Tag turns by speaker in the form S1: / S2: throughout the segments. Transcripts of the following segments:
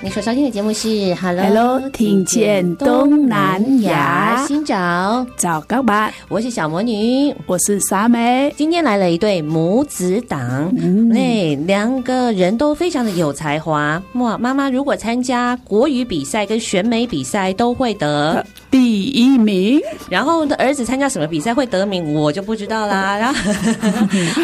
S1: 你所收听的节目是 Hello
S2: Hello，听见东南亚
S1: 新找，
S2: 早告白，
S1: 我是小魔女。
S2: 我是傻美。
S1: 今天来了一对母子档，
S2: 嗯
S1: 那两个人都非常的有才华。哇，妈妈如果参加国语比赛跟选美比赛都会 得，
S2: 第一名，
S1: 然后的儿子参加什么比赛会得名，我就不知道啦。然 后，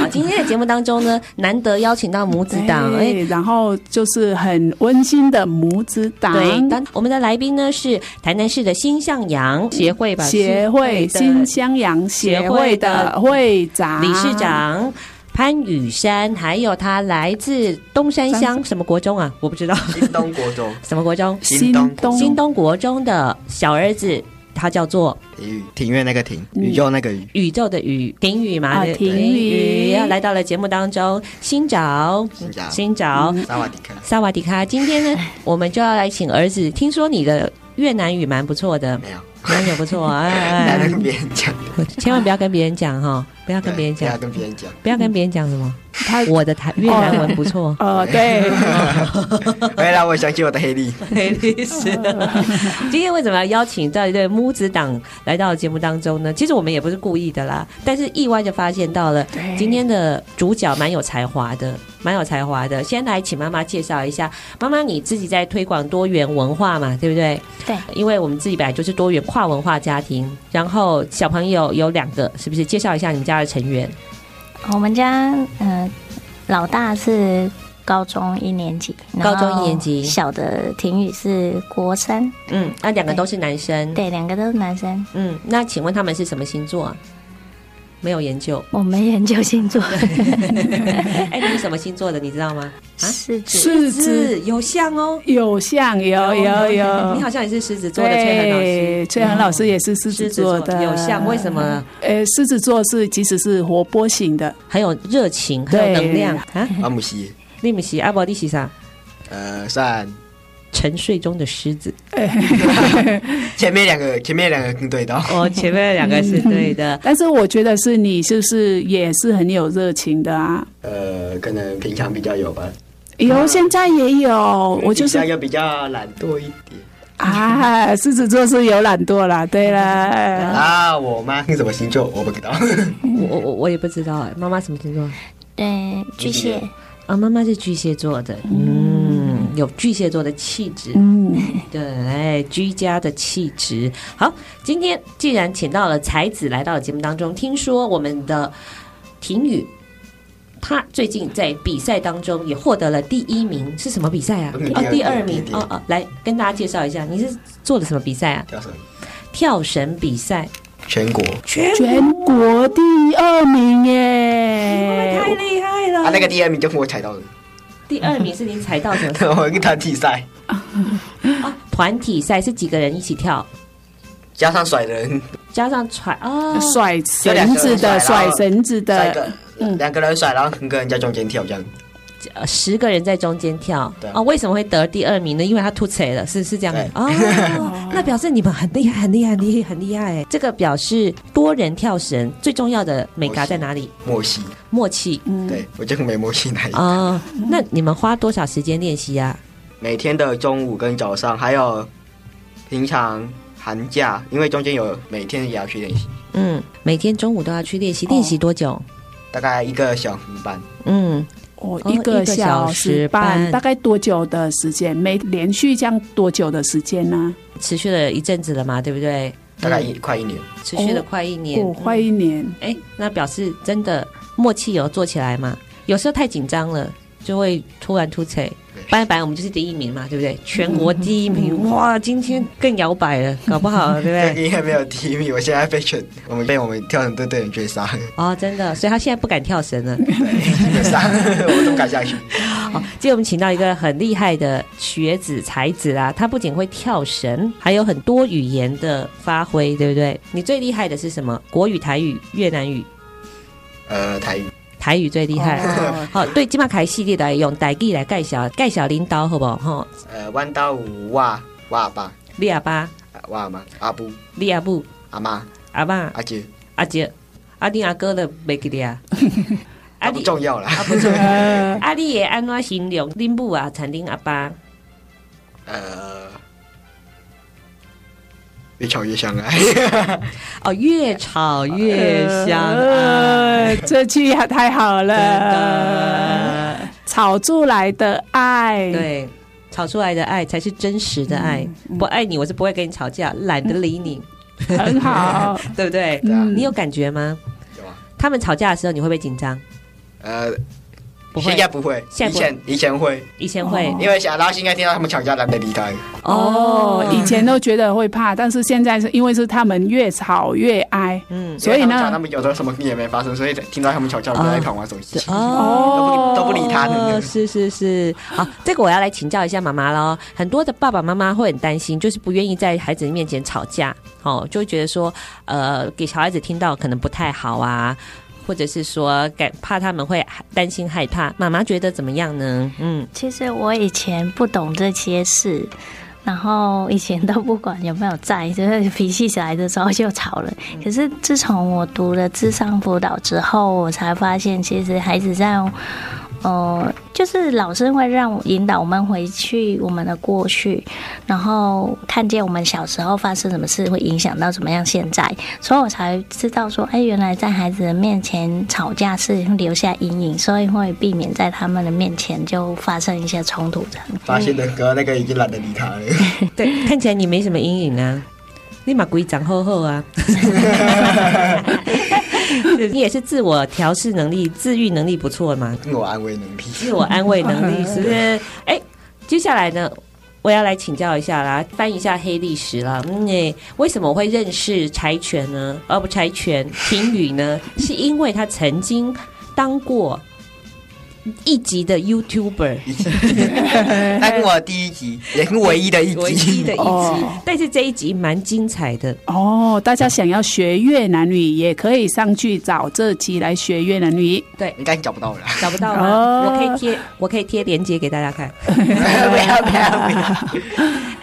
S1: 好，今天的节目当中呢，难得邀请到母子档，哎、
S2: 对，然后就是很温馨的母子档
S1: 对，当我们的来宾呢是台南市的新向阳协会吧，
S2: 协会
S1: 是
S2: 新襄阳协会的会长、
S1: 理事。长。潘雨山，还有他来自东山乡什么国中啊？我不 知道
S3: 新东国中
S1: 什么国中，
S2: 新东
S1: 新东国中的小儿子，他叫做
S3: 体育庭院那个庭，宇宙那个宇，
S1: 宇宙的宇鼎宇嘛，
S2: 啊
S1: 对
S2: 鼎宇
S1: 要来到了节目当中，新找
S3: 新找
S1: 新嗯找
S3: 萨瓦迪卡。
S1: 萨瓦迪卡。今天呢，我们就要来请儿子，听说你的越南语蛮不错的，
S3: 没有，
S1: 蛮有不错，哎
S3: 来
S1: 哎
S3: 那，个别人讲，
S1: 千万不要跟别人讲哈，不要
S3: 对
S1: 跟别人
S3: 不要
S1: 讲，
S3: 跟别人讲。
S1: 不要跟别人讲什么。
S2: 他，
S1: 我的台越南文不错
S2: 呃，对，
S3: 回来，我想起我的黑历史。
S1: 黑历史。 今天为什么要邀请到一对母子档来到节目当中呢？其实我们也不是故意的啦，但是意外就发现到了
S2: 对
S1: 今天的主角蛮有才华的，蛮有才华的。先来请妈妈介绍一下，妈妈你自己在推广多元文化嘛，对不对？
S4: 对，
S1: 因为我们自己本来就是多元跨文化家庭，然后小朋友有两个，是不是？介绍一下你们家的成员。
S4: 我们家呃老大是高中一年级，
S1: 高中一年级
S4: 然后小的婷宇是国三，
S1: 嗯，那两个都是男生。
S4: 对，两个都是男生。
S1: 嗯，那请问他们是什么星座啊？没有研 究。
S4: 我没研究星 座，
S1: 啊哎，你是什么星座的？你知道吗？啊
S4: 狮子，
S2: 狮子
S1: 是有像哦，
S2: 有像有有有
S1: 你，好像也是狮子座的崔恒老
S2: 对
S1: 师，，嗯
S2: 崔恒老师也是
S1: 狮
S2: 狮子
S1: 子
S2: 座
S1: 座
S2: 的，
S1: 有像，为什？么
S2: 呃，狮子座是其实是活泼型的，
S1: 很有热情，很有能量啊？
S3: 阿姆西，
S1: 利姆西阿伯利西啥？
S3: 呃，算
S1: 沉睡中的狮子。
S3: 前面两个，前面两个更对的哦。
S1: 哦，前面两个是对的。
S2: 但是我觉得是你是不是也是很有热情的啊？
S3: 呃，可能平常比较有吧。
S2: 有，现在也嗯有，我就
S3: 平常
S2: 是
S3: 又比较懒惰一点。
S2: 啊，狮子座是有懒惰啦，对啦，
S3: 啊，我妈是什么星座？我不知道。
S1: 我我我我也不知道哎，妈妈什么星座？
S4: 对，巨蟹，
S1: 啊，妈妈是巨蟹座的，嗯，有巨蟹座的气质，
S2: 嗯，
S1: 对，居家的气质。好，今天既然请到了才子来到了节目当中，听说我们的婷宇，他最近在比赛当中也获得了第一名，是什么比赛啊？
S3: 嗯
S1: 哦，第二名
S3: 第二名
S1: 哦哦，来跟大家介绍一下，你是做的什么比赛啊？
S3: 叫什么？
S1: 跳绳比赛，
S3: 全国。
S2: 全国第二名耶！
S1: 厉害了
S3: 啊，那个第二名就是我踩 到的，
S1: 第二名是你踩到什么
S3: 我一个团体赛，
S1: 啊？团体赛是几个人一起跳，
S3: 加上甩人，
S1: 加上甩哦，
S2: 甩绳子的，甩绳子
S3: 甩
S2: 的，
S3: 个两个人甩，然后一个人在中间跳这样。
S1: 呃十个人在中间跳
S3: 对
S1: 哦，为什么会得第二名呢？因为他突锤了，是是这样的
S3: 对
S1: 哦。 那表示你们很厉害，很厉害，很厉害，很厉害哎！这个表示多人跳绳最重要的美嘎在哪里？
S3: 默契，
S1: 默契
S2: 嗯
S3: 对我就是没默契那一
S1: 嗯啊、哦那你们花多少时间练习啊？
S3: 每天的中午跟早上，还有平常寒假，因为中间有每天也要去练习，哦
S1: 嗯，每天中午都要去练习，练习多久？
S3: 大概一个小时半。
S1: 嗯，
S2: 哦，
S1: 哦
S2: 一
S1: 一个
S2: 个
S1: 小
S2: 小
S1: 时
S2: 时
S1: 半
S2: 半，大概多久的时间？每连续这样多久的时间呢？
S1: 持续了一阵子了嘛，对不对？
S3: 大概一快一年。
S1: 持续了快一年，
S2: 哦，快一年。
S1: 哎、那表示真的默契有做起来嘛？有时候太紧张了，就会突然突锤。拜拜，我们就是第一名嘛，对不对？全国第一名，哇，今天更摇摆了，搞不好，对不 对？
S3: 因为没有第一名，我现在被全我们被我们跳绳队队员追 杀，
S1: 哦，真的，所以他现在不敢跳绳了。
S3: 追杀，我都不敢 下去。
S1: 好，今天我们请到一个很厉害的学子才子啊，他不仅会跳绳，还有很多语言的发挥，对不对？你最厉害的是什么？国语、台语、越南语、
S3: 呃，台语
S1: 台语最厉害。
S5: 哦
S1: 好，对，金马凯系列的用台语来介绍介绍领导，好不好？吼，
S3: 呃，弯刀五哇哇爸
S1: 你阿爸、
S3: 啊哇妈阿布
S1: 你阿母、
S3: 阿妈
S1: 阿爸、
S3: 阿姐，
S1: 阿姐、阿弟、阿哥的袂记得 啊。
S3: 啊不重要啦。
S1: 啊不重要。
S2: 呃，
S1: 啊，你会安怎形容恁母啊，产恁阿爸？
S3: 呃，越吵越 啊相爱。
S1: 哦，越吵越相爱。
S2: 呃，这句也太好
S1: 嗯真呃
S2: 了，
S1: 的，
S2: 炒出来的爱，
S1: 对，吵出来的爱才是真实的爱。不爱你，我是不会跟你吵架，懒得理你，
S2: 很好。
S1: 对不对？
S3: 对啊
S1: 你有感觉吗？
S3: 有啊。
S1: 他们吵架的时候，你会不会紧张？
S3: 呃，
S1: 不会
S3: 现，在不会，
S1: 现
S3: 以
S1: 在
S3: 前以前会，
S1: 以前会
S3: 因为想到现在听到他们吵架，懒得理他。
S2: 哦，以前都觉得会怕，但是现在是因为是他们越吵越爱，
S1: 嗯，
S2: 所以
S3: 因为他们吵他
S2: 呢，
S3: 们有的时候什么也没发生，所以听到他们吵架，我就在旁玩手机。
S1: 哦
S3: 都不理都不理他
S1: 哦
S3: 的
S1: 是是是，好，这个我要来请教一下妈妈喽。很多的爸爸妈妈会很担心，就是不愿意在孩子面前吵架，哦，就会觉得说，呃，给小孩子听到可能不太好啊，或者是说，感怕他们会担心害怕。妈妈觉得怎么样呢？嗯，
S4: 其实我以前不懂这些事，然后以前都不管有没有在，就是脾气起来的时候就吵了。可是自从我读了智商辅导之后，我才发现其实孩子在。呃，就是老师会让我引导我们回去我们的过去，然后看见我们小时候发生什么事，会影响到怎么样现在，所以我才知道说，哎，原来在孩子的面前吵架是留下阴影，所以会避免在他们的面前就发生一些冲突这样。
S3: 发现了哥那个已经懒得理他了。
S1: 对，看起来你没什么阴影啊，立马鬼长厚厚啊。 你也是自我调试能力、自愈能力不错嘛，
S3: 自我安慰能力，
S1: 自我安慰能力是不是？哎，接下来呢，我要来请教一下啦，翻一下黑历史啦。嗯，哎，为什么我会认识柴犬呢？而、不，柴犬婷宇呢？ 是因为他曾经当过一级的 YouTuber，
S3: 那跟我第一集，也是唯一的一
S1: 唯一的
S3: 集
S1: 一。
S2: 哦
S1: 级，但是这一集蛮精彩的。
S2: 哦，大家想要学越南语，也可以上去找这集来学越南语。
S3: 应该找 不到了，
S1: 找不到吗？
S2: 哦
S1: 我可以贴，我可以贴链接给大家看。
S3: 不要不要不 要！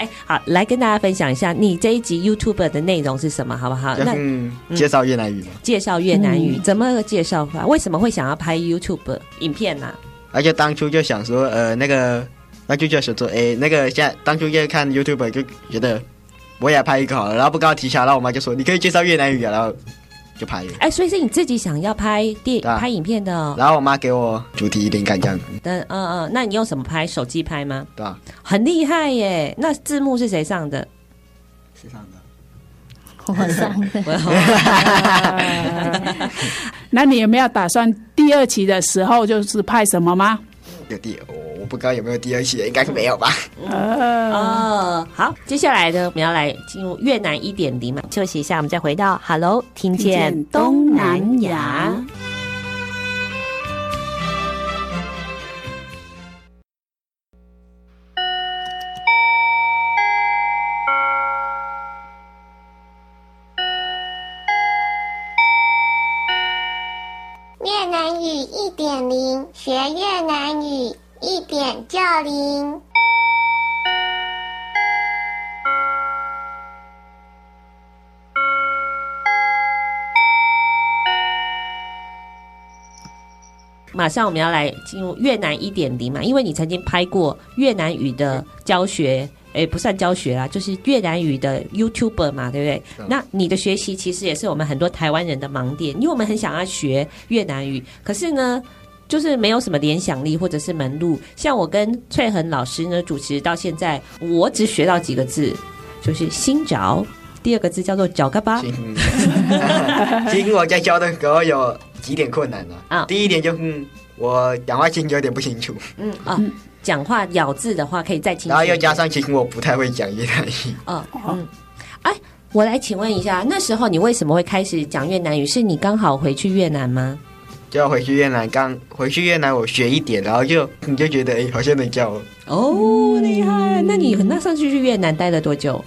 S1: 哎，好，来跟大家分享一下你这一集 YouTube 的内容是什么，好不好？那
S3: 嗯，介绍越南语嘛，
S1: 介绍越南语，怎么个介绍法？为什么会想要拍 YouTube 影片啊呢、
S3: 而且当初就想说，呃，那个，那就就想说，哎，那个现在当初就看 YouTube 就觉得我也拍一个好了，然后不跟我提起来，然后我妈就说你可以介绍越南语啊，然后就拍了。
S1: 哎，所以是你自己想要拍电、
S3: 对啊
S1: 拍影片的、哦。
S3: 然后我妈给我主题灵感这样子，
S1: 嗯嗯嗯，那你用什么拍？手机拍吗？
S3: 对吧？
S1: 很厉害耶！那字幕是谁上的？
S3: 是这样的。
S4: 我上的
S2: 那你有没有打算第二集的时候就是拍什么吗？
S3: 有第，我我不知道有没有第二期，应该是没有吧？
S2: 呃
S1: 哦，好，接下来呢，我们要来进入越南一点零嘛，休息一下，我们再回到 Hello，听见东南亚。
S6: 越南语一点零，学越南语一点就灵。
S1: 马上我们要来进入越南一点零嘛，因为你曾经拍过越南语的教学，诶，不算教学啦，就是越南语的 YouTuber 嘛，对不对？那你的学习其实也是我们很多台湾人的盲点，因为我们很想要学越南语，可是呢，就是没有什么联想力或者是门路。像我跟翠恒老师呢主持到现在，我只学到几个字，就是新找。第二个字叫做找嘎巴，
S3: 行， 其实我在教的时候有几点困难啊。
S1: 啊
S3: 第一点就嗯，我讲话听有点不清楚，
S1: 嗯啊，讲话咬字的话可以再清楚一点。
S3: 然后又加上其实我不太会讲越南语。
S1: 嗯嗯，哎，我来请问一下，那时候你为什么会开始讲越南语？是你刚好回去越南吗？
S3: 就回去越南，刚回去越南我学一点，然后就你就觉得哎，好像能教我
S1: 哦，厉害！那你那上次去越南待了多久？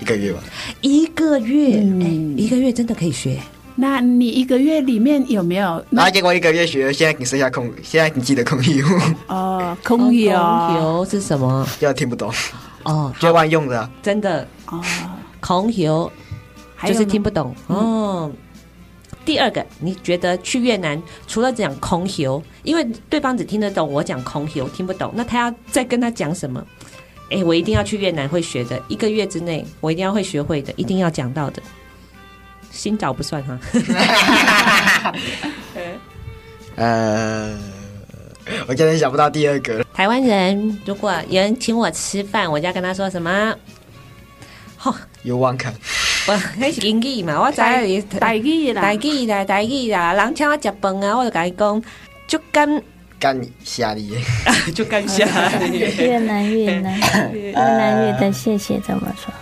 S3: 一个月吧。
S1: 一个月，哎，一个月真的可以学。
S2: 那你一个月里面有没有
S3: 然
S2: 那
S3: 后结果一个月学，现在你剩下空，现在你记得空语，
S2: 呃空
S1: 空
S2: 游？
S1: 游哦是什么？
S3: 又听不懂，
S1: 哦，
S3: 就万用的啊。
S1: 真的
S2: 哦，
S1: 空游
S2: 还
S1: 就
S2: 有
S1: 是
S2: 呢
S1: 听不懂哦。第二个，你觉得去越南除了讲空游，因为对方只听得懂我讲空游，听不懂，那他要再跟他讲什么？哎，我一定要去越南会学的，一个月之内我一定要会学会的，一定要讲到的。新找不算哈，
S3: 呃，我真的想不到第二个了。
S1: 台湾人如果有人请我吃饭，我就要跟他说什么？
S3: You want can？
S1: 我那是英语嘛，我知道你
S2: 台语啦
S1: 台，语啦，台语啦，人请我食饭啊，我就甲伊讲，就 干
S3: 干虾哩，
S1: 就干 虾。
S4: 越南越南越南越的谢谢怎么说？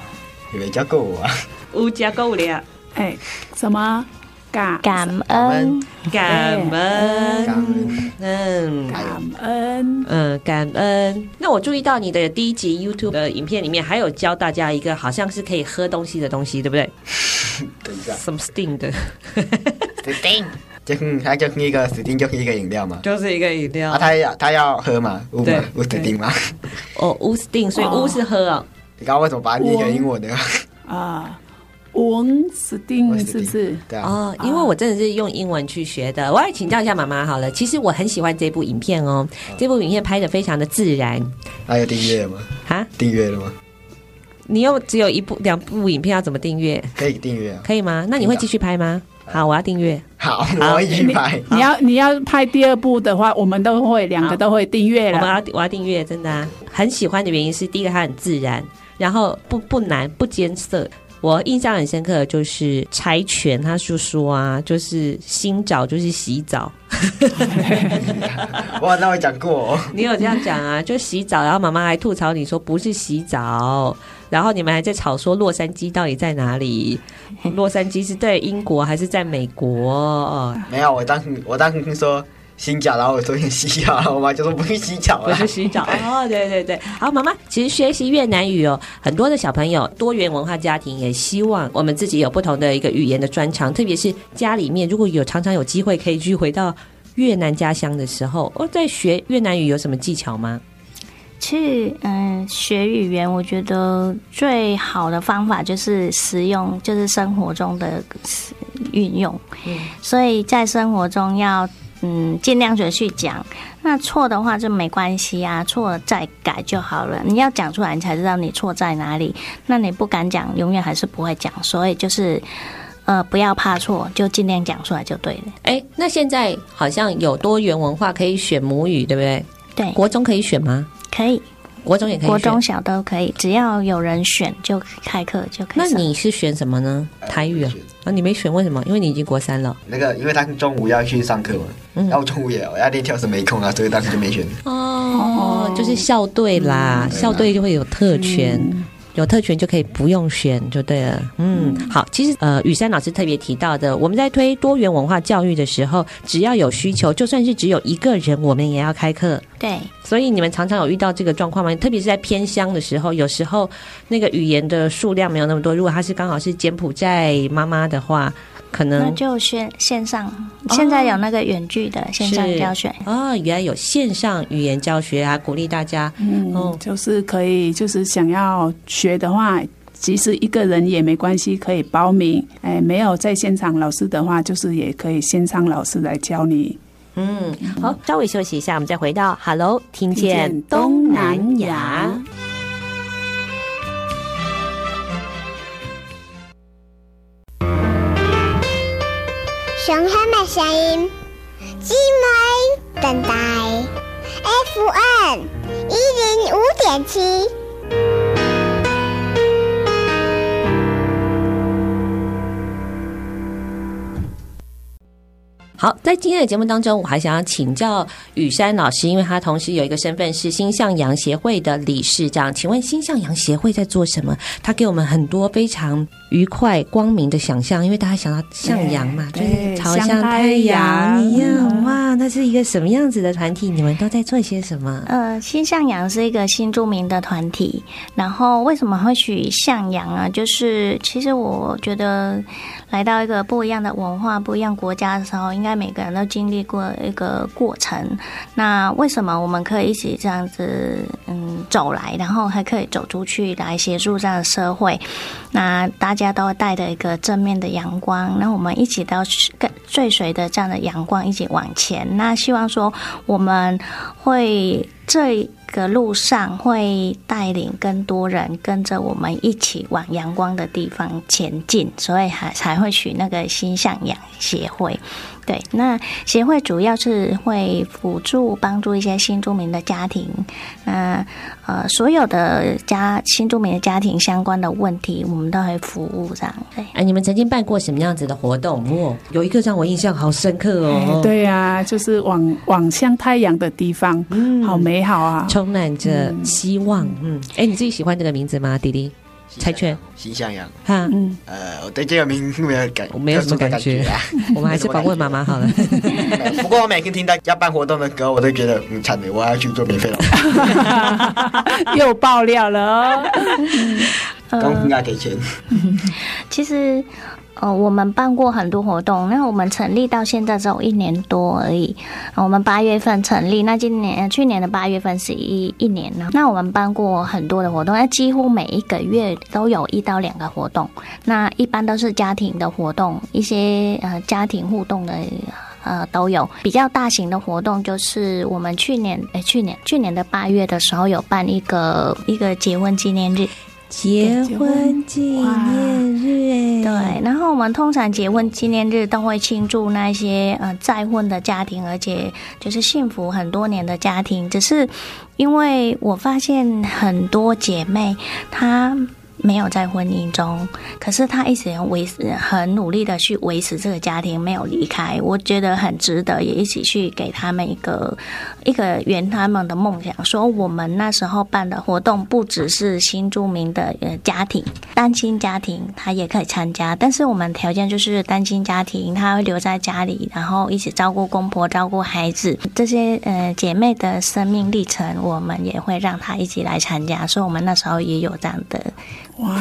S3: 你没教过我啊？
S1: 有食够 了，
S2: 哎，什么感
S3: 感
S4: 感恩
S3: 恩
S1: 感
S3: 感
S1: 恩，嗯
S3: 恩哎呦
S2: 感恩？
S1: 嗯，感恩。那我注意到你的第一集 YouTube 的影片里面，还有教大家一个好像是可以喝东西的东西，对不对？
S3: 等一下
S1: 什么 Sting 的，
S3: ，Sting，就是它就是一个 Sting，就是一个饮料嘛。
S1: 就是一个饮料
S3: 啊，他要他要喝嘛，乌嘛
S1: 对
S3: 乌 Sting 嘛。
S1: 哦，乌 Sting，所以乌是喝哦。
S3: 你刚刚为什么把它念成英文的？
S2: 啊，文死定
S1: 嗯
S3: 我
S2: 是不是？
S3: 对啊，
S1: 哦，因为我真的是用英文去学的。我也请教一下妈妈好了。其实我很喜欢这部影片哦，这部影片拍的非常的自然
S3: 那有订阅了吗？
S1: 啊。
S3: 订阅了吗？
S1: 你又只有一部两部影片，要怎么订阅？
S3: 可以订阅啊。
S1: 可以吗？那你会继续拍吗？ 好，我要订阅。
S3: 好，我会去拍。
S2: 你要你要拍第二部的话，我们都会两个都会订阅
S1: 我们
S2: 了。
S1: 要我要订阅，真的、啊、很喜欢的原因是，第一个它很自然，然后不不难不艰涩。我印象很深刻的就是柴犬，他叔叔啊，就是新澡就是洗 澡，
S3: 我好像有讲 过哦，
S1: 你有这样讲啊，就洗澡，然后妈妈还吐槽你说不是洗澡，然后你们还在吵说洛杉矶到底在哪里？洛杉矶是在英国还是在美国？哦
S3: 没有，我当时我当时说新甲，然后我说洗脚，然后我妈就说不是洗脚
S1: 不
S3: 了
S1: 是。洗澡 哦，对对对。好，妈妈，其实学习越南语哦，很多的小朋友多元文化家庭也希望我们自己有不同的一个语言的专长，特别是家里面如果有常常有机会可以去回到越南家乡的时候，哦，在学越南语有什么技巧吗？
S4: 去嗯学语言，我觉得最好的方法就是实用，就是生活中的实运用。所以在生活中要嗯尽量的去讲，那错的话就没关系啊，错了再改就好了。你要讲出来，你才知道你错在哪里。那你不敢讲，永远还是不会讲。所以就是呃不要怕错，就尽量讲出来就对了。
S1: 哎，那现在好像有多元文化可以选母语，对不对？
S4: 对，
S1: 国中可以选吗？
S4: 可以，
S1: 国中也可以选。
S4: 国中小都可以，只要有人选就开课就可以
S1: 那
S4: 上。
S1: 你是选什么呢？台语啊？啊，你没选，为什么？因为你已经国三了。
S3: 那个，因为他中午要去上课嘛，
S1: 嗯
S3: 然后中午也我要练跳绳没空啊，所以当时就没选。
S1: 哦，就是校队
S4: 嗯
S1: 啦，校队就会有特权。有特权就可以不用选就对了，嗯，好，其实呃，雨珊老师特别提到的，我们在推多元文化教育的时候，只要有需求，就算是只有一个人，我们也要开课。
S4: 对。
S1: 所以你们常常有遇到这个状况吗？特别是在偏乡的时候，有时候那个语言的数量没有那么多。如果他是刚好是柬埔寨妈妈的话，可
S4: 那
S1: 能哦
S4: 就线线上，现在有那个远距的线上
S1: 是
S4: 教学，
S1: 啊、原来有线上语言教学啊，鼓励大家哦
S2: 嗯，就是可以，就是想要学的话，即使一个人也没关系，可以报名。哎，没有在现场老师的话，就是也可以线上老师来教你。
S1: 嗯，好，稍微休息一下，我们再回到 Hello，听见
S2: 见东南亚。
S6: 上海的声音，姊妹等待 FM 一零五点七。
S1: 好，在今天的节目当中，我还想要请教雨山老师，因为他同时有一个身份是新向阳协会的理事长。请问新向阳协会在做什么？他给我们很多非常愉快、光明的想象，因为大家想到向阳嘛，就
S2: 对
S1: 是朝
S2: 像
S1: 向太
S2: 太
S1: 阳
S2: 阳
S1: 一样。
S2: 嗯
S1: 哇，那是一个什么样子的团体？你们都在做些什么？
S4: 呃，新向阳是一个新著名的团体，然后为什么会取向阳啊？就是其实我觉得来到一个不一样的文化、不一样国家的时候，应该每个人都经历过一个过程。那为什么我们可以一起这样子嗯走来，然后还可以走出去来协助这样的社会？那大家都带着一个正面的阳光，那我们一起到跟追随着这样的阳光一起往前。那希望说我们会这个路上会带领更多人跟着我们一起往阳光的地方前进，所以还才会取那个心向阳协会。对，那协会主要是会辅助帮助一些新住民的家庭，那呃所有的家新住民的家庭相关的问题，我们都会服务这样。对，
S1: 哎，你们曾经办过什么样子的活动？哦，有一个让我印象好深刻哦
S2: 哎。，对呀、就是往往向太阳的地方，
S1: 嗯
S2: 好美好啊！
S1: 充满着希望。嗯，哎、你自己喜欢这个名字吗，迪迪？ 猜拳
S3: 新向阳，
S1: 哈，
S2: 嗯，
S3: 呃，我对这个名没有感，
S1: 我没有什么
S3: 特殊的
S1: 感觉
S3: 啊。
S1: 我们还是访问妈妈 好 了。
S3: 不过我每次听到要办活动的歌，我都觉得嗯，惨了，我要去做免 费劳工，
S1: 啊
S2: 又爆料了哦。
S3: 公应该给钱。
S4: 其实，呃，我们办过很多活动，那我们成立到现在只有一年多而已。呃我们八月份成立，那今年、呃去年的八月份是一一年了。那我们办过很多的活动，那几乎每一个月都有一到两个活动。那一般都是家庭的活动，一些呃家庭互动的。呃，都有比较大型的活动，就是我们去年，诶，去年去年的八月的时候有办一个一个结婚纪念日，
S1: 结婚纪念日，哎，
S4: 对，然后我们通常结婚纪念日都会庆祝那些呃再婚的家庭，而且就是幸福很多年的家庭。只是因为我发现很多姐妹她。没有在婚姻中，可是她一直维持，很努力的去维持这个家庭，没有离开。我觉得很值得，也一起去给他们一个一个圆他们的梦想。说我们那时候办的活动不只是新住民的呃家庭，单亲家庭他也可以参加，但是我们条件就是单亲家庭他会留在家里，然后一起照顾公婆、照顾孩子这些呃姐妹的生命历程，我们也会让她一起来参加，所以我们那时候也有这样的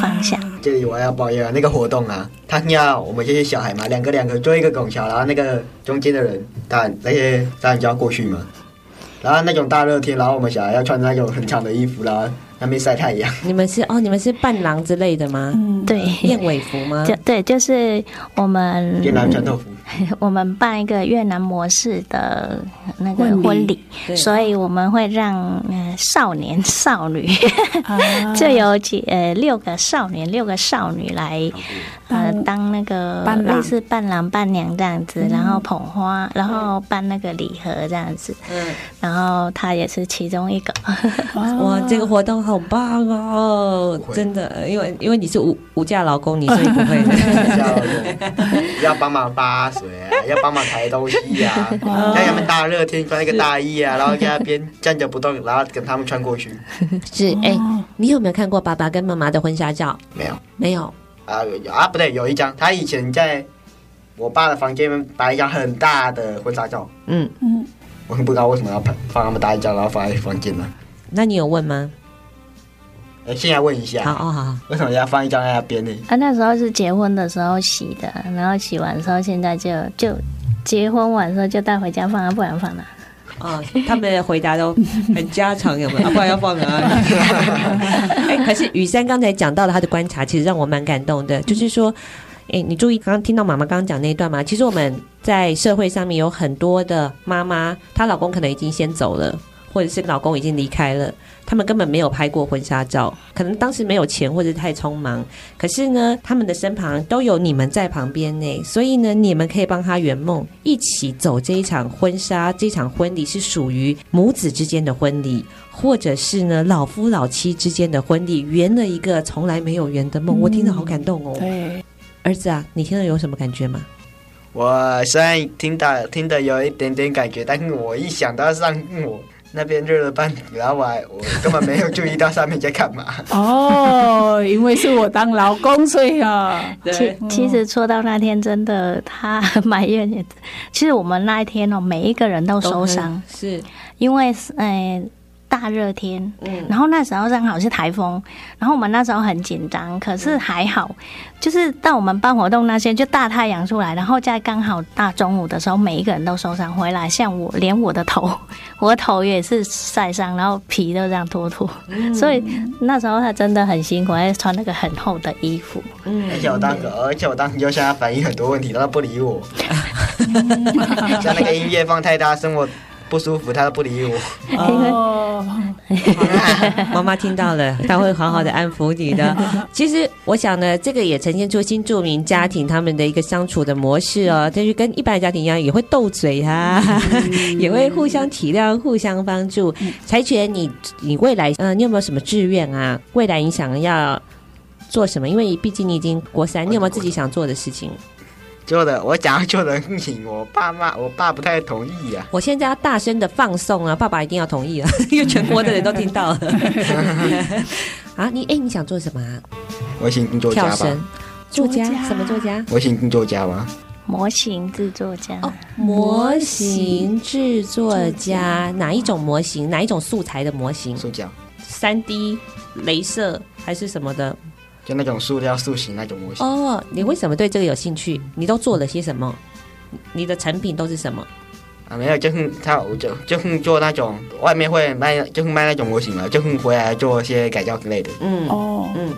S4: 方向。
S3: 这里我要抱怨啊，那个活动啊，他要我们这些小孩嘛，两个两个做一个拱桥，然后那个中间的人，当然那些当然就要过去嘛。然后那种大热天，然后我们小孩要穿那种很长的衣服，然后那边晒太阳。
S1: 你们是哦，你们是伴郎之类的吗？
S2: 嗯
S4: 对，
S1: 燕尾服吗
S4: 就？对，就是我们
S3: 越南传统服，
S4: 我们办一个越南模式的那个
S2: 婚礼
S4: 婚礼，
S1: 对
S4: 所以我们会让呃少年少女，
S2: 啊
S4: 就有几呃六个少年六个少女来呃当那个
S2: 嗯伴郎嗯
S4: 类似伴郎伴娘这样子，然后捧花，然后办那个礼盒这样子，
S1: 嗯，
S4: 然后她也是其中一个，啊
S1: 哇，这个活动好棒哦，真的，因为因为你是无无价劳 工，你所以不会的。
S3: 要要帮忙扒水啊，要帮忙抬东西啊，让他们大热天穿一个大衣啊，然后在那边站着不动，然后跟他们穿过去。
S1: 是哎，你有没有看过爸爸跟妈妈的婚纱照？
S3: 没有
S1: 没有，
S3: 啊有啊，不对，有一张，他以前在我爸的房间里面摆一张很大的婚纱照。
S1: 嗯，
S3: 我很不知道为什么要拍放那么大一张，然后放在房间呢？
S1: 那你有问吗？
S3: 哎，现在问一
S1: 好
S3: 下，
S1: 哦，好好，
S3: 为什么要放一张在那边呢？
S4: 啊那时候是结婚的时候洗的，然后洗完之后现在就就结婚完之后就带回家放啊，不然放哪？
S1: 哦，他们的回答都很家常，有没有？啊、不然要放哪里？哎、可是雨山刚才讲到了他的观察，其实让我蛮感动的，就是说。哎，你注意，刚刚听到妈妈刚刚讲那一段吗？其实我们在社会上面有很多的妈妈，她老公可能已经先走了，或者是老公已经离开了，他们根本没有拍过婚纱照，可能当时没有钱或者太匆忙。可是呢，他们的身旁都有你们在旁边呢，所以呢，你们可以帮他圆梦，一起走这一场婚纱，这场婚礼是属于母子之间的婚礼。或者是呢，老夫老妻之间的婚礼圆了一个从来没有圆的梦，我听着好感动哦。
S2: 对，
S1: 儿子啊，你听了有什么感觉吗？
S3: 我虽然听到听的有一点点感觉，但是我一想到上我那边热了半死，然后我还我根本没有注意到上面在干嘛。
S2: 哦，因为是我当老公，所以啊，
S4: 其
S1: 嗯
S4: 其实说到那天，真的他埋怨也，其实我们那一天哦，每一个人都受伤，
S1: 是，
S4: 因为嗯、呃大热天，
S1: 嗯，
S4: 然后那时候正好是台风，然后我们那时候很紧张，可
S1: 嗯
S4: 是还好，就是到我们办活动那些，就大太阳出来，然后在刚好大中午的时候，每一个人都受伤回来，像我连我的头， 我的头也是晒伤，然后皮都这样脱脱，
S1: 嗯
S4: 所以那时候他真的很辛苦，还穿那个很厚的衣服。
S1: 嗯
S3: 而且我当时，而且我当时就向他反映很多问题，但他不理我。像那个音乐放太大声，我不舒服，他都不理我。
S2: 哦，
S1: 妈妈听到了，她会好好的安抚你的。其实我想呢，这个也呈现出新住民家庭他们的一个相处的模式哦，就是跟一般的家庭一样，也会斗嘴啊， 也会互相体谅、互相帮助。柴犬，你你未来，嗯、你有没有什么志愿啊？未来你想要做什么？因为毕竟你已经国三，你有没有自己想做的事情？
S3: 做的我想要做的事情，我爸妈我爸不太同意啊呀、
S1: 我现在要大声的放送啊，爸爸一定要同意啊， 因为全国的人都听 到了。 啊，你哎、你想做什么、啊？
S3: 我想当作
S1: 跳
S3: 家吧
S1: 绳。，作家什么作家？
S3: 我想当作家吧。
S4: 模型制作家，
S1: 哦，模型制作家，哪一种模型？哪一种素材的模型？
S3: 塑胶，
S1: 三 D、镭射还是什么的？
S3: 就那种塑料塑形那种模型。
S1: 哦，你为什么对这个有兴趣？你都做了些什么？你的成品都是什么？
S3: 啊，没有，就是他，我就就是做那种外面会卖，就是卖那种模型嘛，就是回来做一些改造之类的，
S1: 嗯，
S2: 哦，
S1: 嗯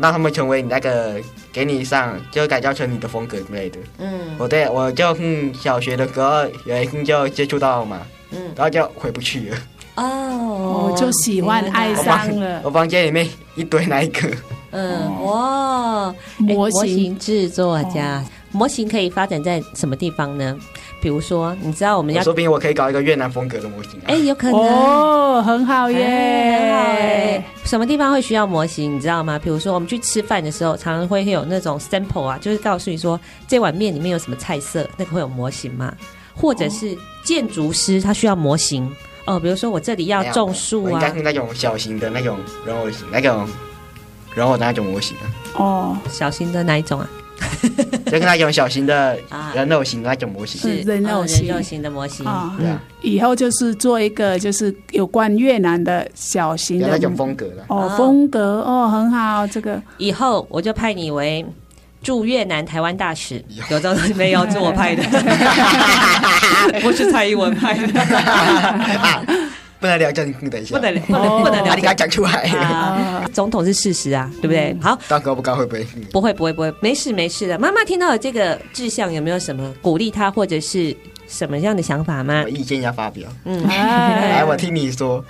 S3: 让他们成为你那个给你上，就改造成你的风格之类的。
S1: 嗯
S3: 我对我就是小学的时候有一次就接触到嘛，
S1: 嗯，
S3: 然后就回不去了。
S1: 哦
S2: 我就喜欢爱
S3: 我房
S2: 上了
S3: 我房间里面一堆那一个，
S1: 嗯，哇，哎
S2: 模型，哦
S1: 型制作家，模型可以发展在什么地方呢？比如说，你知道我们要
S3: 说不定我可以搞一个越南风格的模型、啊。
S1: 哎，有可能。
S2: 哦，很好
S1: 哎很好哎
S2: 耶，
S1: 什么地方会需要模型，你知道吗？比如说我们去吃饭的时候，常常会有那种 sample 啊，就是告诉你说这碗面里面有什么菜色，那个会有模型嘛？或者
S2: 哦
S1: 是建筑师他需要模型哦、比如说我这里要
S3: 没有
S1: 种树
S3: 我应
S1: 啊
S3: 该，是那种小型的那种人偶型，那种人偶的那种模型、啊，
S2: 哦，
S1: 小型的哪一种啊？
S3: 就是那种小型的
S1: 啊，
S3: 人偶型的那种模型。
S2: 是人肉
S1: 哦
S2: 型
S1: 人肉型的模型。
S2: 啊
S3: 对啊，
S2: 以后就是做一个就是有关越南的小型
S3: 有
S2: 的
S3: 那种风格的。
S2: 哦
S1: 啊
S2: 风格哦，很好，这个
S1: 以后我就派你为驻越南台湾大使，有这种没有？是我派的，不是蔡英文派的，
S3: 不能聊政治，等一下，
S1: 不能不
S2: 哦
S1: 能不能
S3: 啊
S1: 聊
S3: 你敢讲出来，
S1: 啊，总统是事实啊，对不对？好，
S3: 到时候不高会不会？嗯
S1: 不会不会不会，没事没事的。妈妈听到了这个志向，有没有什么鼓励他或者是什么样的想法吗
S3: 我？意见要发表，
S1: 嗯，
S2: 哎
S3: 来，我听你说。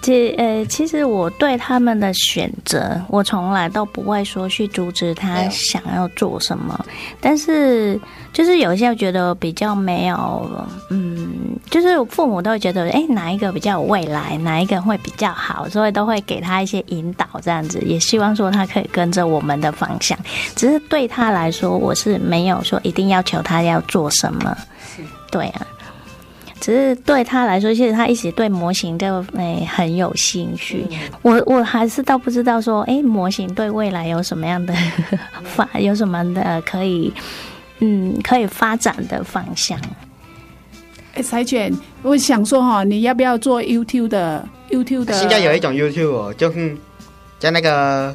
S4: 其呃，其实我对他们的选择，我从来都不会说去阻止
S3: 没
S4: 他
S3: 有
S4: 想要做什么，但是就是有一些觉得比较没有，嗯，就是父母都会觉得，哎、哪一个比较有未来，哪一个会比较好，所以都会给他一些引导，这样子，也希望说他可以跟着我们的方向。只是对他来说，我是没有说一定要求他要做什么，对啊。只是对他来说，其实他一直对模型就诶、很有兴趣。我我还是倒不知道说，诶、模型对未来有什么样的 发，有什么的呃可以，嗯，可以发展的方向。
S2: 哎，柴犬，我想说哈，你要不要做 YouTube 的 YouTube 的？
S3: 现在有一种 YouTube，哦就是在那个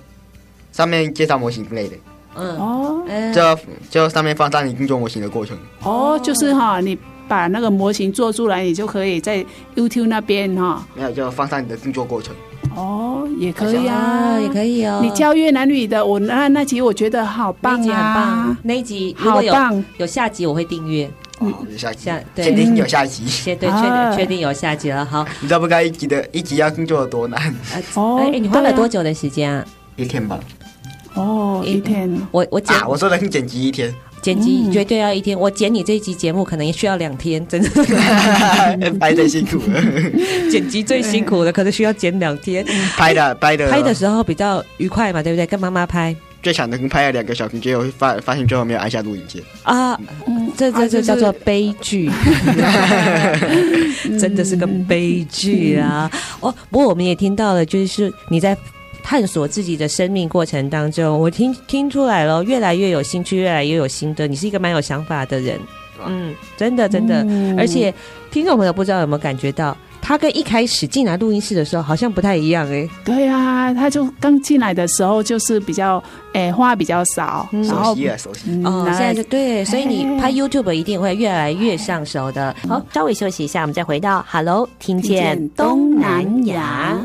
S3: 上面介绍模型之类的，
S1: 嗯，
S2: 哦
S1: 嗯
S3: 就就上面放上你定做模型的过程。
S2: 哦，就是哈，你把那个模型做出来，你就可以在 YouTube 那边哈，
S3: 没有，就放上你的定做过程。
S2: 哦，也可以啊，
S1: 啊，也可以哦。
S2: 你教越南语的，我那那集我觉得好
S1: 那一
S2: 棒
S1: 集很
S2: 啊
S1: 棒，，那一集如
S2: 好
S1: 果有
S2: 棒，
S1: 有下集，我会订阅。
S7: 哦，有下集
S1: 下，对嗯
S7: 确定有下集。
S1: 先对，确
S2: 啊
S1: 定确定有下集了。好，
S7: 你知道不该一集的一集要工作有多难？
S2: 哦
S1: 哎，你花
S2: 对
S1: 了
S2: 啊
S1: 多久的时间啊？
S7: 一天吧，
S2: 哦，一天
S1: 我我剪
S7: 啊，我说的是剪辑一 天，
S1: 剪辑绝对要一天，我剪你这一集节目可能也需要两天，真的
S7: 拍的辛苦了，
S1: 剪辑最辛苦的，可能需要剪两天。
S7: 拍的拍
S3: 啊
S7: 的
S1: 拍的时候比较愉快嘛，对不对？跟妈妈拍
S7: 最长的跟拍了两个小时，结果发发现最后没有按下录影键，
S1: 啊，这这这叫做悲剧，真的是个悲剧啊！哦，不过我们也听到了，就是你在。探索自己的生命过程当中，我听听出来了，越来越有兴趣，越来越有心得。你是一个蛮有想法的人，嗯，真的真的。
S2: 嗯
S1: 而且听众朋友不知道有没有感觉到，他跟一开始进来录音室的时候好像不太一样哎、
S2: 对啊，他就刚进来的时候就是比较，哎，话比较少，
S1: 嗯
S2: 然
S7: 熟
S2: 后
S7: 悉啊了，熟悉。
S2: 嗯
S1: 哦，
S2: 然
S1: 现
S2: 后
S1: 在是哎对，所以你拍 YouTube 一定会越来越上手的。好，稍微休息一下，我们再回到 Hello，听见东南亚。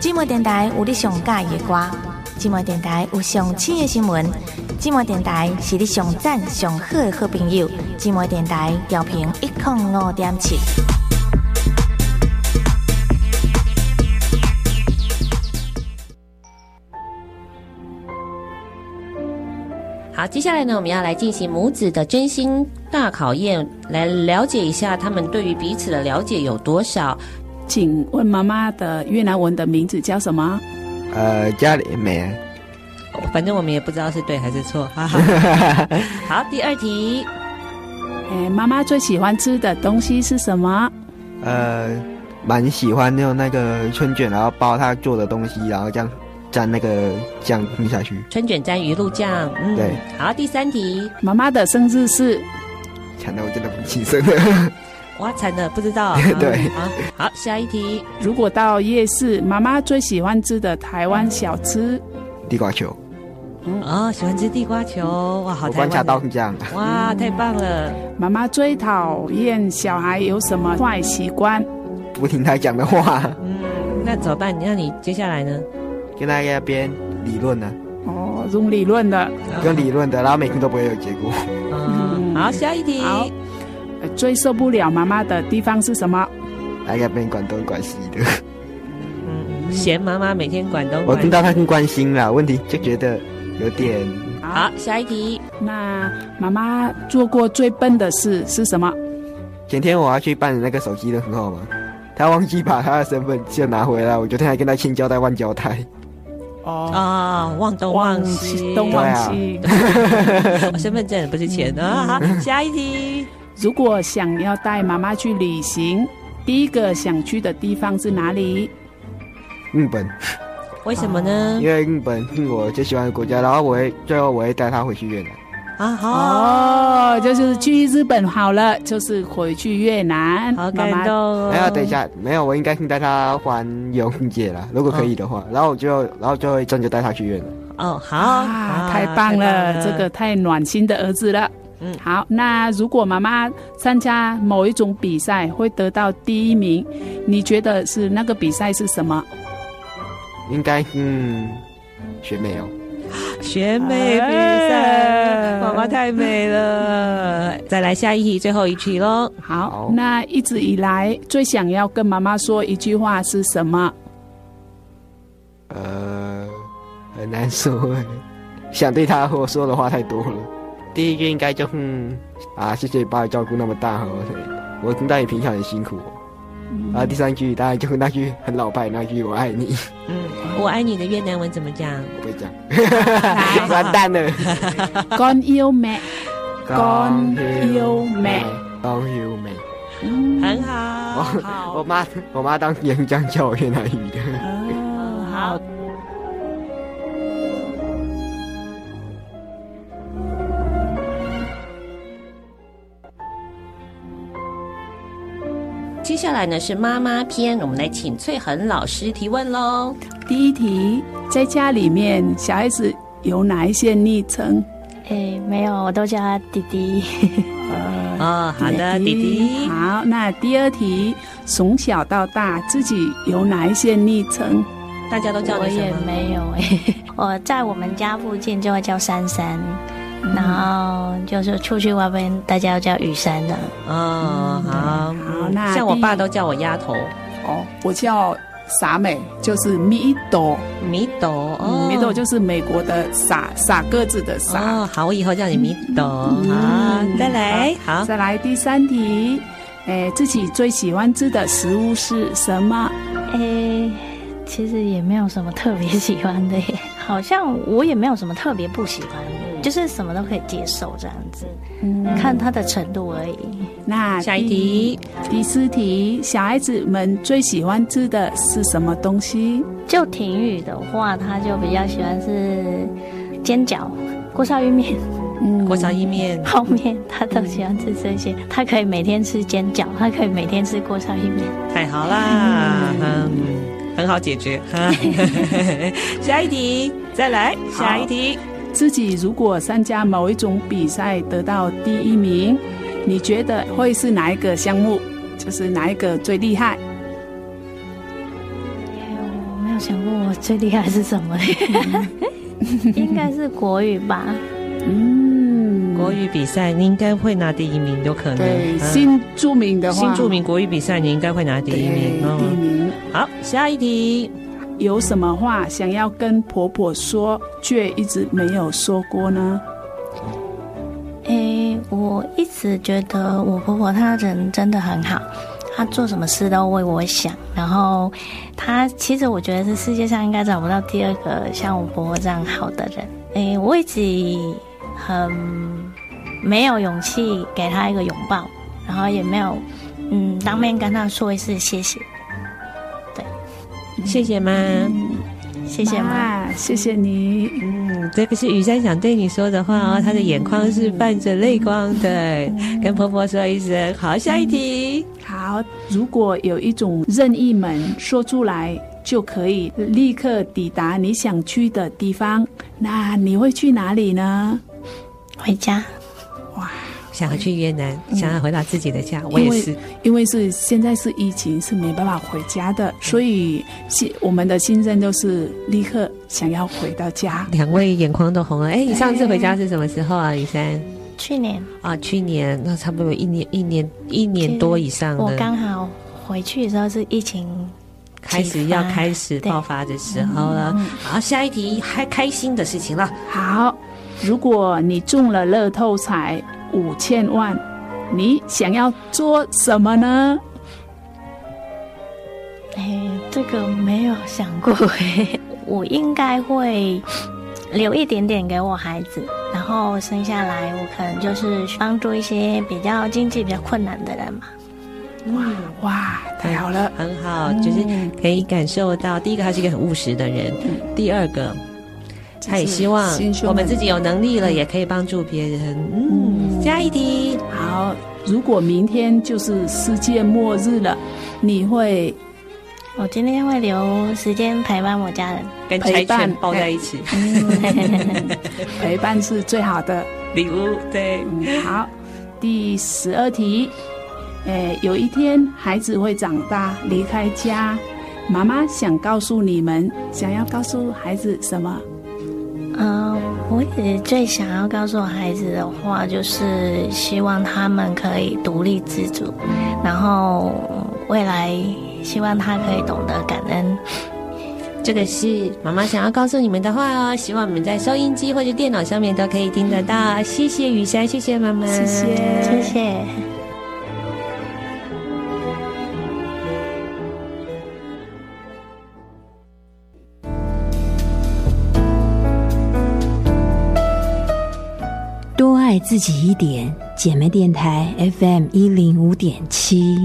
S4: 寂寞电台有你上喜欢的歌，寂寞电台有上新的新闻，寂寞电台是你上赞上好的好朋友。寂寞电台调频一点五点七。
S1: 好，接下来呢，我们要来进行母子的真心大考验，来了解一下他们对于彼此的了解有多少。
S2: 请问妈妈的越南文的名字叫什么？
S7: 呃，家里没，
S1: 哦反正我们也不知道是对还是错。哈哈 好，第二题，
S2: 哎，妈妈最喜欢吃的东西是什么？
S3: 呃，蛮喜欢用那个春卷，然后包它做的东西，然后这样蘸那个酱吃下去。
S1: 春卷沾鱼露酱。嗯
S3: 对。
S1: 好，第三题，
S2: 妈妈的生日是
S3: 惨的我真的不 亲生
S1: 哇，惨了，不知道。
S3: 对
S1: 好，好，好下一题。
S2: 如果到夜市，妈妈最喜欢吃的台湾小吃。
S3: 地瓜球，
S1: 哦，喜欢吃地瓜球，哇，好
S3: 我
S1: 台湾
S3: 观
S1: 的
S3: 察到是这样。
S1: 哇，太棒了！
S2: 妈妈最讨厌小孩有什么坏习惯？
S3: 不听他讲的话，
S1: 嗯，那怎么办？那你接下来呢？
S3: 跟他那边理论呢、
S2: 哦，用理论的。
S3: 跟理论的，然后每天都不会有结果。
S1: 嗯，好，下一题。
S2: 好呃最受不了妈妈的地方是什么？
S3: 那个边管东管西的，
S1: 嗯，嫌妈妈每天管东
S3: 我
S1: 管
S3: 听
S1: 西。
S3: 到他很关心啦，问题就觉得有点
S1: 好，下一题。
S2: 那妈妈做过最笨的事是什么？
S3: 前天我要去办那个手机的很好嘛，他忘记把他的身份证拿回来，我昨天还跟他千交代万交代。
S2: 哦，
S1: 啊，忘东忘西，哦
S2: 东
S3: 忘
S2: 忘啊
S3: 西
S2: 西。
S1: 身份证不是
S3: 嗯
S1: 钱啊。好，下一题。
S2: 如果想要带妈妈去旅行，第一个想去的地方是哪里？
S3: 日本，
S1: 为什么呢
S3: 因？为日本是我最喜欢的国家，然后我会最后我会带他回去越南。
S1: 啊，好
S2: 哦，，就是去日本好了，就是回去越南。
S1: 好
S2: 妈
S1: 感
S2: 妈
S1: 动哦。
S3: 没有，哎等一，下，没有，我应该先带他环游世界啦，如果可以的话。然后我就，然后就会真就带他去越南。
S1: 哦，好，
S2: 啊，太棒了，这个太暖心的儿子了。
S1: 嗯
S2: 好，那如果妈妈参加某一种比赛会得到第一名，你觉得是那个比赛是什么？
S3: 应该，嗯，学妹哦，
S1: 选美比赛，妈妈太美了。再来下一题，最后一题喽。
S2: 好，
S3: 好
S2: 那一直以来最想要跟妈妈说一句话是什么？
S3: 呃，很难说欸，想对他我说的话太多了。第一句应该就，嗯，啊，谢谢你把我照顾那么大哦，我知道你平常很辛苦哦。然后第三句当然就是那句很老派那句“我爱你
S1: 嗯，我爱你的越南文怎么讲？”，
S3: 我不会讲， 完蛋了。
S2: con yêu mẹ，Con yêu mẹ
S3: ，Con yêu 美。
S1: 很好，
S3: 我
S1: 好，
S3: 妈，我妈当时也是这样叫我越南语的。
S1: 嗯好。接下来呢是妈妈篇，我们来请翠恒老师提问喽。
S2: 第一题，在家里面小孩子有哪一些昵称？
S8: 诶，没有，我都叫他弟弟。
S1: 哦，好的，弟弟。
S2: 好，那第二题，从小到大自己有哪一些昵称？
S1: 大家都叫
S4: 我
S1: 你什
S4: 也
S1: 么？
S4: 没有哎、 我在我们家附近就会叫珊珊，
S1: 嗯
S4: 然后就是出去外边大家都叫雨珊的。
S1: 啊、好，
S2: 好那
S1: 像我
S2: 第一
S1: 爸都叫我丫头，
S2: 哦，我叫傻美，就是米朵，
S1: 米朵，哦
S2: 嗯，米朵就是美国的傻傻个子的傻。
S1: 哦，好，我以后叫你米朵。好，
S2: 嗯
S1: 再来，好，
S2: 再来第三题，哎，自己最喜欢吃的食物是什么？
S4: 哎、其实也没有什么特别喜欢的耶， 好像我也没有什么特别不喜欢
S1: 嗯
S4: 的，就是什么都可以接受这样子，看它的程度而已。
S2: 嗯那
S1: 下一题，
S2: 第四题，小孩子们最喜欢吃的是什么东西？
S4: 就婷雨的话，他就比较喜欢是煎饺、锅烧意面、
S2: 嗯
S1: 锅烧意面，
S4: 泡面，他都喜欢吃这些。他可以每天吃煎饺，他可以每天吃锅烧意面。
S1: 太好啦，嗯，很好解决。哈 下一题，再来，下一题，
S2: 自己如果参加某一种比赛得到第一名，你觉得会是哪一个项目？就是哪一个最厉害？
S4: 我没有想过我最厉害是什么，应该是国语吧。
S2: 嗯，
S1: 国语比赛你应该会拿第一名，有可能。
S2: 对
S1: 嗯
S2: 新著名的话，
S1: 新著名国语比赛你应该会拿第
S2: 对
S1: 一名。
S2: 第一
S1: 嗯，
S2: 名。
S1: 好，下一题，
S2: 有什么话想要跟婆婆说，却一直没有说过呢？
S4: 诶、我一直觉得我婆婆她人真的很好，她做什么事都为我想。然后她其实我觉得这世界上应该找不到第二个像我婆婆这样好的人。诶、我一直很没有勇气给她一个拥抱，然后也没有嗯当面跟她说一次谢谢，
S1: 谢谢妈。
S4: 谢谢妈。
S2: 啊，谢谢你。
S1: 嗯，这个是雨珊想对你说的话哦，她的眼眶是泛着泪光的，跟婆婆说一声。好，下一题，
S2: 好，如果有一种任意门说出来，就可以立刻抵达你想去的地方，那你会去哪里呢？
S4: 回家，
S1: 想要去越南，想要回到自己的家，我也是。
S2: 因为是现在是疫情，是没办法回家的，所以新我们的新生都是立刻想要回到家。
S1: 两位眼眶都红了。哎，你上次回家是什么时候啊，雨珊？
S4: 去年
S1: 啊，去年那差不多有一年、一年、一年多以上
S4: 我
S1: 了，
S4: 刚好回去的时候是疫情
S1: 开始要
S4: 启发
S1: 开始
S4: 对
S1: 爆发嗯的时候了。好，下一题，还开心的事情了。
S2: 好，如果你中了乐透彩五千万，你想要做什么呢？
S4: 哎，这个没有想过哎，我应该会留一点点给我孩子，然后生下来我可能就是帮助一些比较经济比较困难的人嘛。
S2: 哇，太好了！
S1: 很好，就是可以感受到，第一个他是一个很务实的人，第二个他也希望
S2: 心胸
S1: 我们
S2: 很
S1: 自己有能力了，也可以帮助别人。嗯，下一题，
S2: 好，如果明天就是世界末日了，你 会
S4: 我今天会留时间陪伴我家人，
S1: 跟柴
S2: 陪伴
S1: 犬抱在一起，
S2: 陪伴是最好的。
S1: 礼物对。
S2: 嗯，好，第十二题，诶，有一天孩子会长大离开家，妈妈想告诉你们，想要告诉孩子什么？
S4: 嗯，我也最想要告诉我孩子的话，就是希望他们可以独立自主，然后未来希望他可以懂得感恩。
S1: 这个是妈妈想要告诉你们的话哦，希望你们在收音机或者电脑上面都可以听得到。谢谢雨珊，谢谢妈妈，
S2: 谢谢，
S4: 谢谢。
S9: 多爱自己一点，姐妹电台 FM 一零五点七。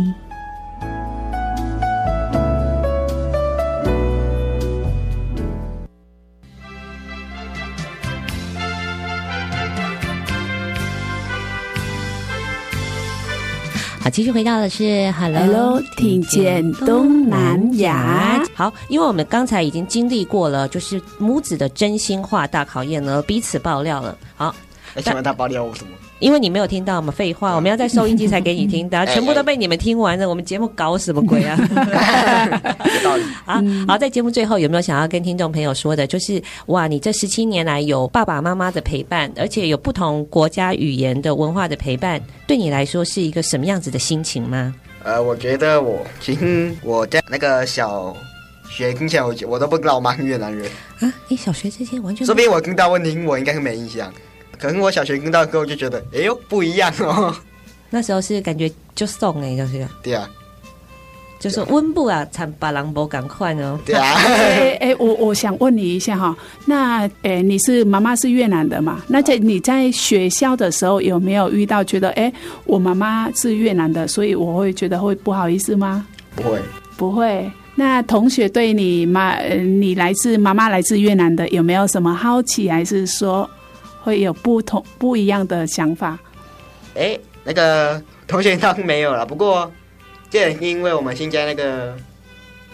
S1: 好，继续回到的是 Hello
S2: Hello，听见东南亚。
S1: 好，因为我们刚才已经经历过了，就是母子的真心话大考验了，彼此爆料了。好，
S3: 哎，请问他爆料我什么？哦
S1: 因为你没有听到嘛，废话，我们要在收音机才给你 听到，全部都被你们听完了，我们节目搞什么鬼啊？
S3: 哎
S1: 啊，
S2: 嗯
S1: 好，在节目最后有没有想要跟听众朋友说的？就是哇，你这十七年来有爸爸妈妈的陪伴，而且有不同国家语言的文化的陪伴，对你来说是一个什么样子的心情吗？
S3: 呃，我觉得我其实我在那个小学之前，我我都不知道我妈是越南人，
S1: 啊，你小学之前完全
S3: 说不定我听到问英文应该是没印象。可是我小学听到之后就觉得，哎呦，不一样哦。
S1: 那时候是感觉就送哎、就是
S3: 对啊，
S1: 就是温布啊，惨把狼博赶快哦。
S3: 对啊，
S2: 哎哎，我我想问你一下哈，那哎你是妈妈是越南的嘛？那在你在学校的时候有没有遇到觉得哎我妈妈是越南的，所以我会觉得会不好意思吗？
S3: 不会，
S2: 不会。那同学对你妈，呃你来自妈妈来自越南的，有没有什么好奇，还是说会有不同不一样的想法？
S3: 哎，那个同学当然没有了。不过，这也是因为我们现在那个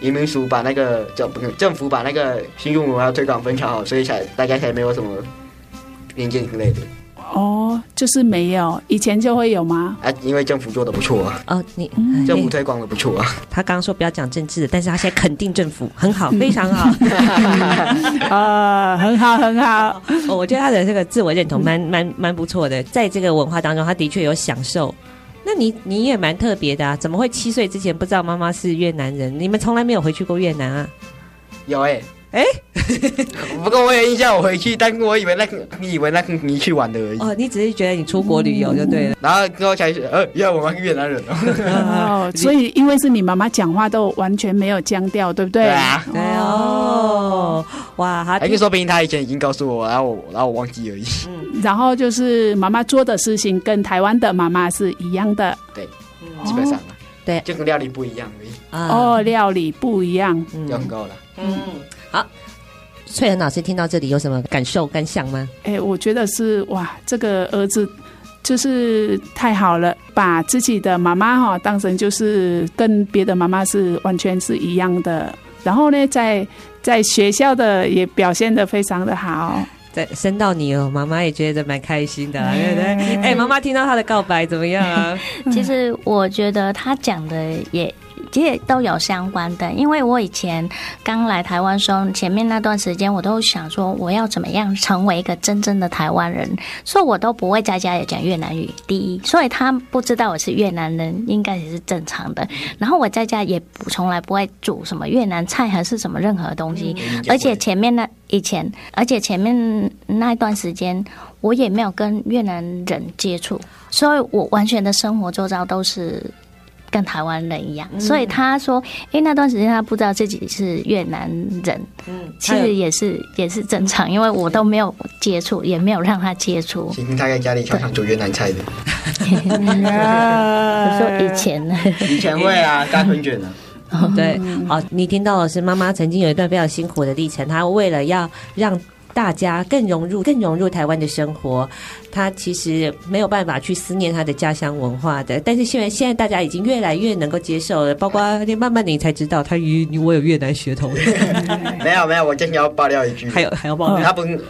S3: 移民署把那个政不是政府把那个新中文化推广非常好，所以才大家才没有什么偏见之类的
S2: 哦，就是没有，以前就会有吗？
S3: 啊，因为政府做的不错 啊，
S1: 哦，你
S3: 政府推广的不错啊。
S1: 他刚刚说不要讲政治的，但是他现在肯定政府，很好，非常好。
S2: 啊，很好，很好。
S1: 哦我觉得他的这个自我认同蛮蛮蛮不错的，在这个文化当中，他的确有享受。那你你也蛮特别的啊，怎么会七岁之前不知道妈妈是越南人？你们从来没有回去过越南啊？
S3: 有哎、哎，不过我有印象，我回去，但是我以为那个以为那个你去玩的而已。
S1: 哦，你只是觉得你出国旅游就对了。
S3: 然后之后才是呃，原来我们是越南人 哦。
S2: 哦，所以因为是你妈妈讲话都完全没有腔调，对不对？
S3: 对啊
S1: 对哦，哇，他
S3: 还是说不定他以前已经告诉我，然后我然后我忘记而已。
S2: 然后就是妈妈做的事情跟台湾的妈妈是一样的
S3: 对，基本上啊，
S1: 对
S3: 就跟料理不一样而已，
S2: 哦，料理不一样。
S3: 就很够了。
S1: 啊嗯，好。翠恒老师听到这里有什么感受感想吗？
S2: 哎，我觉得是哇，这个儿子就是太好了，把自己的妈妈哈、当成就是跟别的妈妈是完全是一样的。然后呢，在在学校的也表现得非常的好。
S1: 对，生到你哦，妈妈也觉得蛮开心的、啊，对不对？哎、妈妈听到他的告白怎么样啊？
S4: 其实我觉得他讲的也。也都有相关的，因为我以前刚来台湾的时候，前面那段时间我都想说我要怎么样成为一个真正的台湾人，所以我都不会在家里讲越南语。第一，所以他不知道我是越南人，应该也是正常的。然后我在家也不从来不会煮什么越南菜还是什么任何东西，
S1: 嗯
S4: 而且前面那以前，而且前面那一段时间我也没有跟越南人接触，所以我完全的生活周遭都是跟台湾人一样，所以他说，诶，那段时间他不知道自己是越南人，
S1: 嗯，
S4: 其实也是也是正常，因为我都没有接触，也没有让他接 触，
S3: 其实他在家里常常煮越南菜的，
S4: 我说以前呢，
S3: 以前会 啊，大春卷啊，
S1: 对，
S3: 嗯
S1: 好，你听到的是妈妈曾经有一段非常辛苦的历程，她为了要让大家更融入、更融入台湾的生活，她其实没有办法去思念她的家乡文化的。但是现在现在大家已经越来越能够接受了，包括你慢慢你才知道，她与我有越南血统，
S3: 没有没有，我真的要爆料一句，
S1: 哎还有嗯还要爆料，
S3: 他不是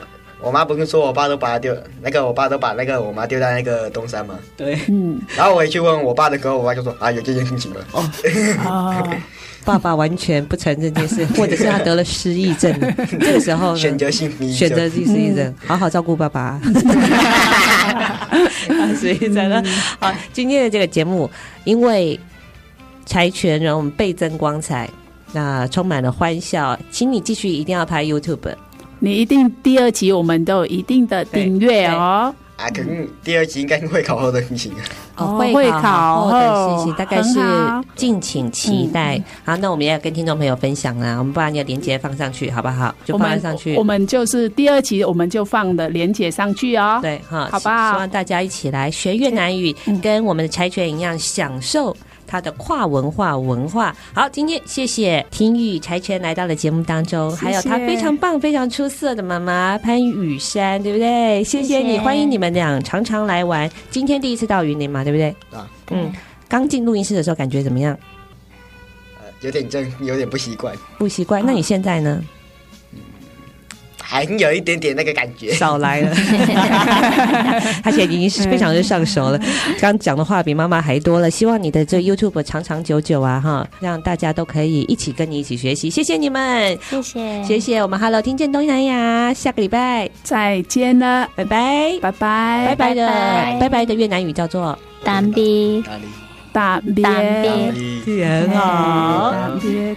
S3: 我妈不是说我爸都把他丢那个我爸都把那个我妈丢在那个东山吗？
S1: 对，
S2: 嗯，
S3: 然后我一去问我爸的时候，我爸就说啊有这件事情了。
S2: 哦，
S1: 爸爸完全不承认这件事，或者是他得了失忆症，这个时候呢
S3: 选择性迷
S1: 哦选择自己是一人，好好照顾爸爸。 啊所以才能啊好，今天的这个节目，因为柴犬让我们倍增光彩，那充满了欢笑，请你继续一定要拍 YouTube。
S2: 你一定第二集我们都有一定的订阅哦。
S3: 啊，可能第二集应该是会考后的事情啊。
S2: 哦
S1: 会
S2: 会
S1: 考
S2: 考
S1: 后的
S2: 后
S1: 事情，大概是
S2: 很好
S1: 敬请期待。好，那我们也要跟听众朋友分享啊啦，我们把你的链接放上去，好不好？就
S2: 我
S1: 放
S2: 们
S1: 上去。
S2: 我们就是第二集我们就放的连接上去哦。
S1: 对哈，
S2: 好吧
S1: 希望大家一起来学越南语，跟我们的柴犬一样享受。它的跨文化文化，好，今天谢谢听雨柴犬来到了节目当中，还有她非常棒、非常出色的妈妈潘雨珊，对不对？谢谢你，
S4: 谢谢
S1: 欢迎你们俩常常来玩。今天第一次到云林嘛，对不对？
S3: 啊，
S1: 嗯，刚进录音室的时候感觉怎么样？
S3: 有点真有点不习惯，
S1: 不习惯。那你现在呢？
S3: 还有一点点那个感觉。
S1: 少来 了，他现在已经是非常的上手 了。刚讲的话比妈妈还多了，希望你的这 YouTube 长长久久啊哈，让大家都可以一起跟你一起学习。谢谢你们，
S4: 谢谢
S1: 谢谢我们 Hello 听见东南亚，下个礼拜
S2: 再见了，
S1: 拜拜
S2: 拜拜
S1: 拜拜的拜拜的越南语叫做
S4: 单逼
S2: 大别
S4: 单
S3: 逼，
S1: 很好。
S3: 啊
S2: 大别。